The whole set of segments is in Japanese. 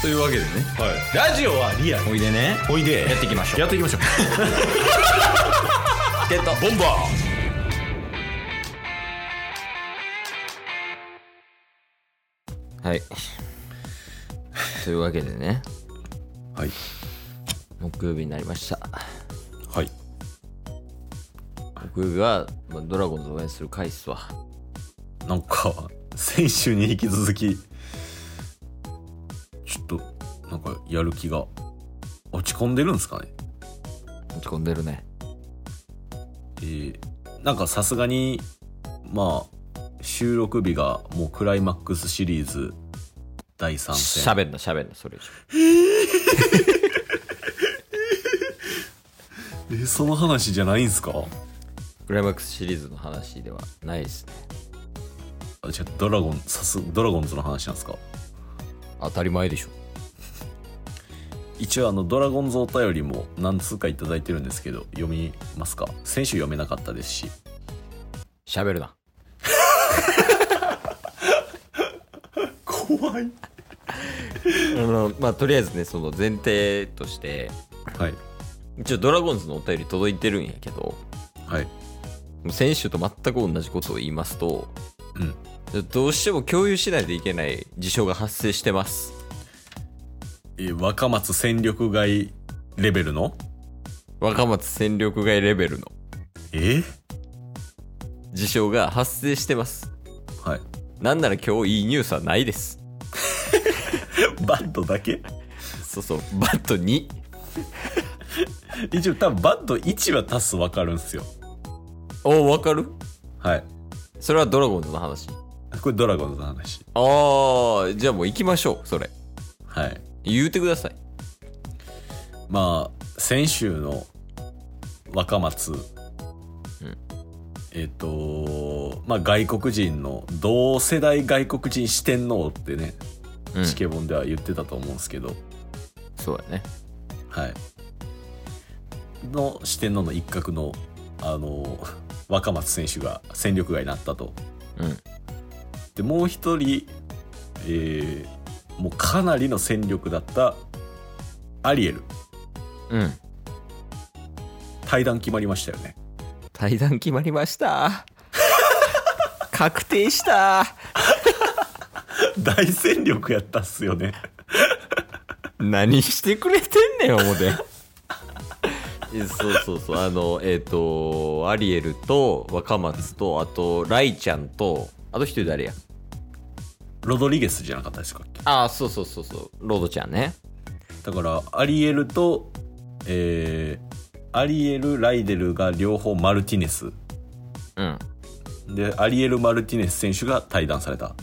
というわけでねはい、ラジオはリアルおいでねおいでやっていきましょうやっていきましょうゲットボンバはいというわけでねーはい木曜日になりましたはい木曜日は、まあ、ドラゴンズを応援する回っすわなんか先週に引き続きちょっとなんかやる気が落ち込んでるんですかね落ち込んでるねえーなんかさすがにまあ収録日がもうクライマックスシリーズ第3し戦ゃべんなしゃべんなそれ以上えその話じゃないんすかクライマックスシリーズの話ではないですねあ違うドラゴンさすドラゴンズの話なんですか当たり前でしょ一応あのドラゴンズお便りも何通かいただいてるんですけど読みますか先週読めなかったですししゃべるな怖いあのまあとりあえずねその前提としてはい一応ドラゴンズのお便り届いてるんやけどはいもう先週と全く同じことを言いますとうんどうしても共有しないといけない事象が発生してますえー若松戦力外レベルの若松戦力外レベルのえ事象が発生してますはいなんなら今日いいニュースはないですバットだけそうそうバット2一応多分バット1は足す分かるんですよおわかるはいそれはドラゴンズの話これドラゴンズの話ああじゃあもう行きましょうそれはい言うてくださいまあ先週の若松、んえっ、とまあ外国人の同世代外国人四天王ってねうんチケボンでは言ってたと思うんですけど、そうだねはいの四天王の一角のあの若松選手が戦力外になったとうんでもう一人、えーもうかなりの戦力だったアリエルうん対談決まりましたよね 対談決まりました確定した大戦力やったっすよね何してくれてんねん思てえ そうそうそうあのえっ、とアリエルと若松とあとライちゃんとあと一人誰やロドリゲスじゃなかったですかっけああそうそうそうそうロードちゃんねだからアリエルとえーアリエルライデルが両方マルティネスうんでアリエル・マルティネス選手が退団された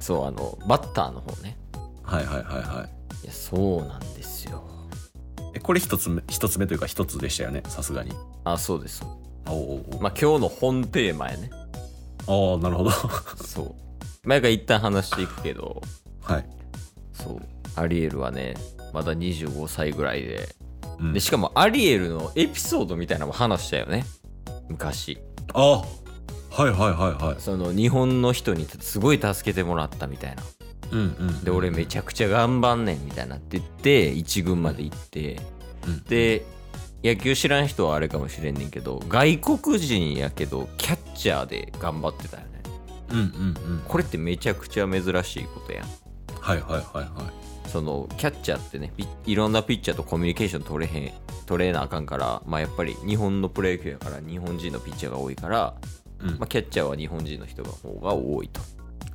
そうあのバッターの方ねはいはいはいはいいやそうなんですよえこれ一つ目一つ目というか一つでしたよねさすがにあそうですおおおまあ今日の本テーマやねおああなるほど そう前から一旦話していくけどはいそうアリエルはねまだ25歳ぐらいでうんでしかもアリエルのエピソードみたいなのも話したよね昔あはいはいはいはいその日本の人にすごい助けてもらったみたいなうんうんで俺めちゃくちゃ頑張んねんみたいなって言って1軍まで行ってうんで野球知らん人はあれかもしれんねんけど外国人やけどキャッチャーで頑張ってたよねうんうんうんこれってめちゃくちゃ珍しいことやんはいはいはいはそのキャッチャーってねピいろんなピッチャーとコミュニケーション取れへん取れなあかんからまあやっぱり日本のプロ野球やから日本人のピッチャーが多いから、いうんまあ、キャッチャーは日本人の人の方が多いと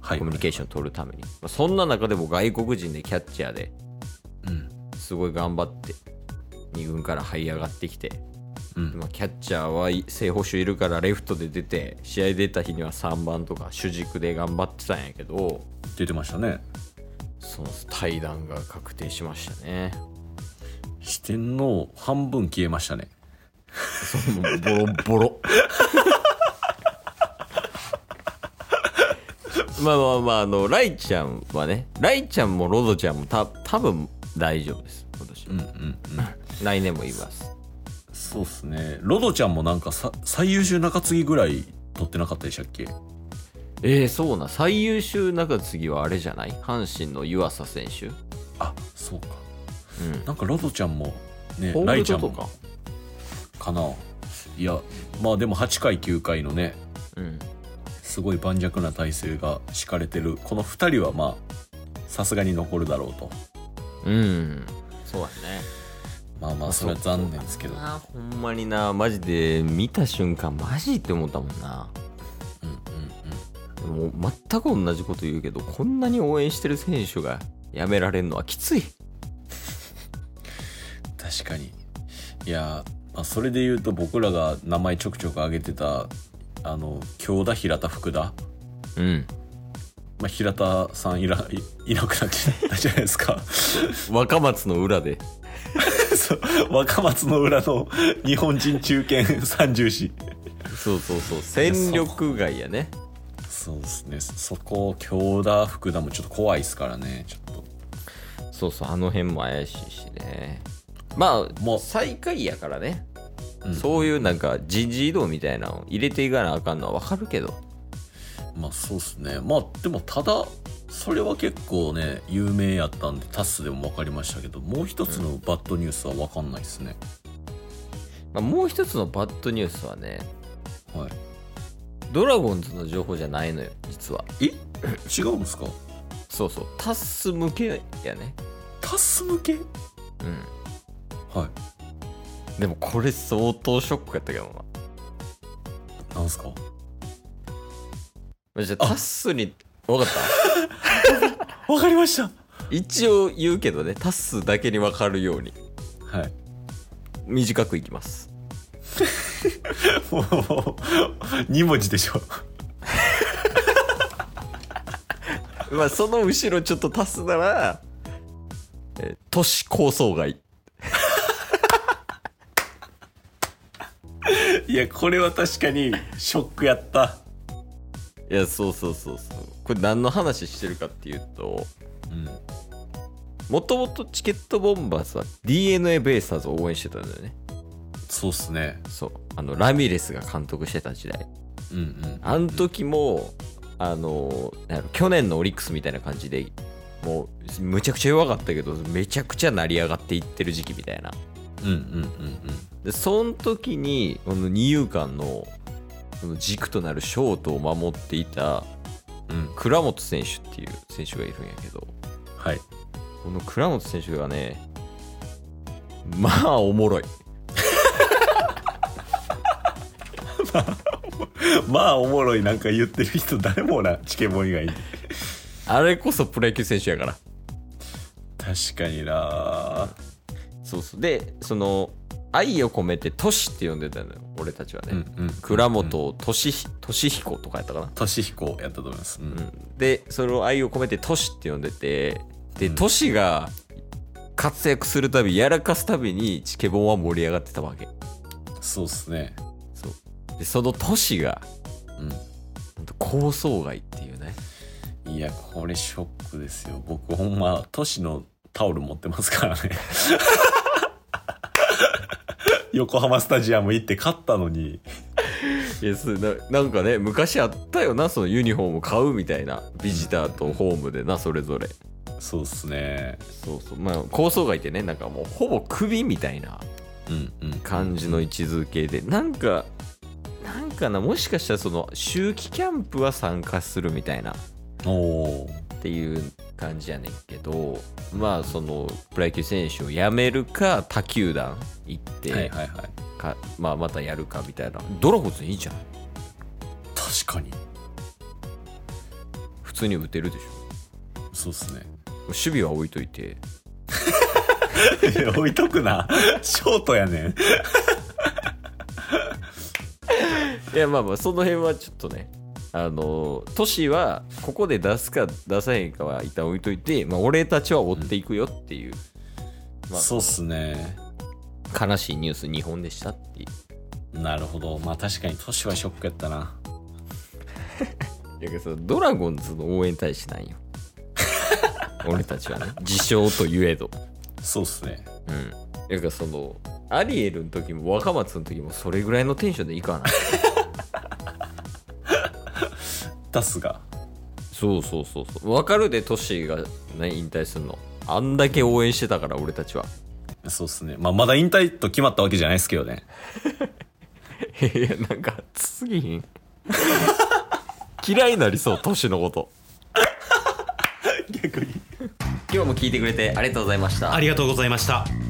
はいコミュニケーション取るために、まあ、そんな中でも外国人でキャッチャーでうんすごい頑張って2軍から這い上がってきて、うんまあ、キャッチャーはい正捕手いるからレフトで出て試合出た日には3番とか主軸で頑張ってたんやけど出てましたねその対談が確定しましたね四天王半分消えましたねそのボロボロ まあまあまああのライちゃんはねライちゃんもロドちゃんもた多分大丈夫です今年、うんうんうん 来年もいますそうっすねロドちゃんもなんかさ最優秀中継ぎぐらい取ってなかったでしたっけえー、そうな最優秀中継ぎはあれじゃない阪神の湯浅選手あそうかうんなんかロトちゃんもねホーラルイちゃドんともかかないやまあでも8回9回のねうんすごい盤石な体制が敷かれてるこの2人はまあさすがに残るだろうとうんそうだねまあまあそれは残念ですけど、あほんまになマジで見た瞬間マジって思ったもんなうんうんでも全く同じこと言うけどこんなに応援してる選手がやめられるのはきついうん、確かにいや、まあ、それで言うと僕らが名前ちょくちょく挙げてたあの京田平田福田、うんまあ、平田さんいらいいなくなっちゃったじゃないです か若松の裏でそう若松の裏の日本人中堅三重士そうそうそう戦力外やねそうですねそこ京田福田もちょっと怖いですからねちょっとそうそうあの辺も怪しいしねまあもう最下位やからね、うんそういうなんか人事異動みたいなのを入れていかなあかんのはわかるけどまあそうですねまあでもただそれは結構ね有名やったんでタスでも分かりましたけどもう一つのバッドニュースは分かんないですね、まあ、もう一つのバッドニュースはねはいドラゴンズの情報じゃないのよ実はえ 違うんですかそうそうタッス向けやねタス向けうんはでもこれ相当ショックやったけどないなんすかまあじゃあタッスに分かっ分かりましたた一応言うけどねタッスだけに分かるようにはい 短くいきますもう2文字でしょまあその後ろちょっと足すなら、えー都市構想外 いやこれは確かにショックやったいやそうそうそうそうこれ何の話してるかっていうとうんもともとチケットボンバーズは DNA ベイスターズを応援してたんだよねそうっすねそうあのラミレスが監督してた時代うんうんあの時も、あのなんやろ去年のオリックスみたいな感じでもうむちゃくちゃ弱かったけどめちゃくちゃ成り上がっていってる時期みたいなうんうんうんうんでその時にこの二遊間のその軸となるショートを守っていたうん倉本選手っていう選手がいるんやけどはいこの倉本選手がねまあおもろい まあおもろいなんか言ってる人誰もなチケボン以外にあれこそプロ野球選手やから確かになそうそうでその愛を込めて「トシ」って呼んでたのよ俺たちはね、うん倉本俊俊彦とかやったかな、俊彦やったと思います、う、うんん、でそれを愛を込めて「トシ」って呼んでてでうんトシが活躍するたびやらかすたびにチケボンは盛り上がってたわけそうっすねそうでそのトシがなんと構想外っていうねうんいやこれショックですよ僕ほんま俊のタオル持ってますか らね横浜スタジアム行って勝ったのにいやそうななんかね昔あったよなそのユニフォーム買うみたいなビジターとホームでなそれぞれそうっすねそうそうまあ構想外ってねなんかもうほぼ首みたいなうんうん感じの位置づけでなんかなんかなもしかしたらその秋季キャンプは参加するみたいなっおーていう感じやねんけどまあそのプロ野球選手を辞めるか他球団行ってはいはいはいか、まあ、またやるかみたいなドラゴンズいいじゃん確かに普通に打てるでしょそうっす ね守備は置いといていや置いとくなショートやねんいやまあまあその辺はちょっとねあの都市はここで出すか出さへんかは一旦置いといて、まあ、俺たちは追っていくよっていう、まあそうっすね悲しいニュース日本でしたっていうなるほどまあ確かに都市はショックやったないやけどそのドラゴンズの応援大使 なんよ俺たちはね自称といえどそうっすねうんだからそのアリエルの時も若松の時もそれぐらいのテンションでいいかな出すがそうそうそうそう分かるでトシがね引退するのあんだけ応援してたから俺たちはそうっすね。まあ、まだ引退と決まったわけじゃないですけどね。いやなんか熱すぎ ひん嫌いになりそう年のこと逆に。今日も聞いてくれてありがとうございましたありがとうございました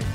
す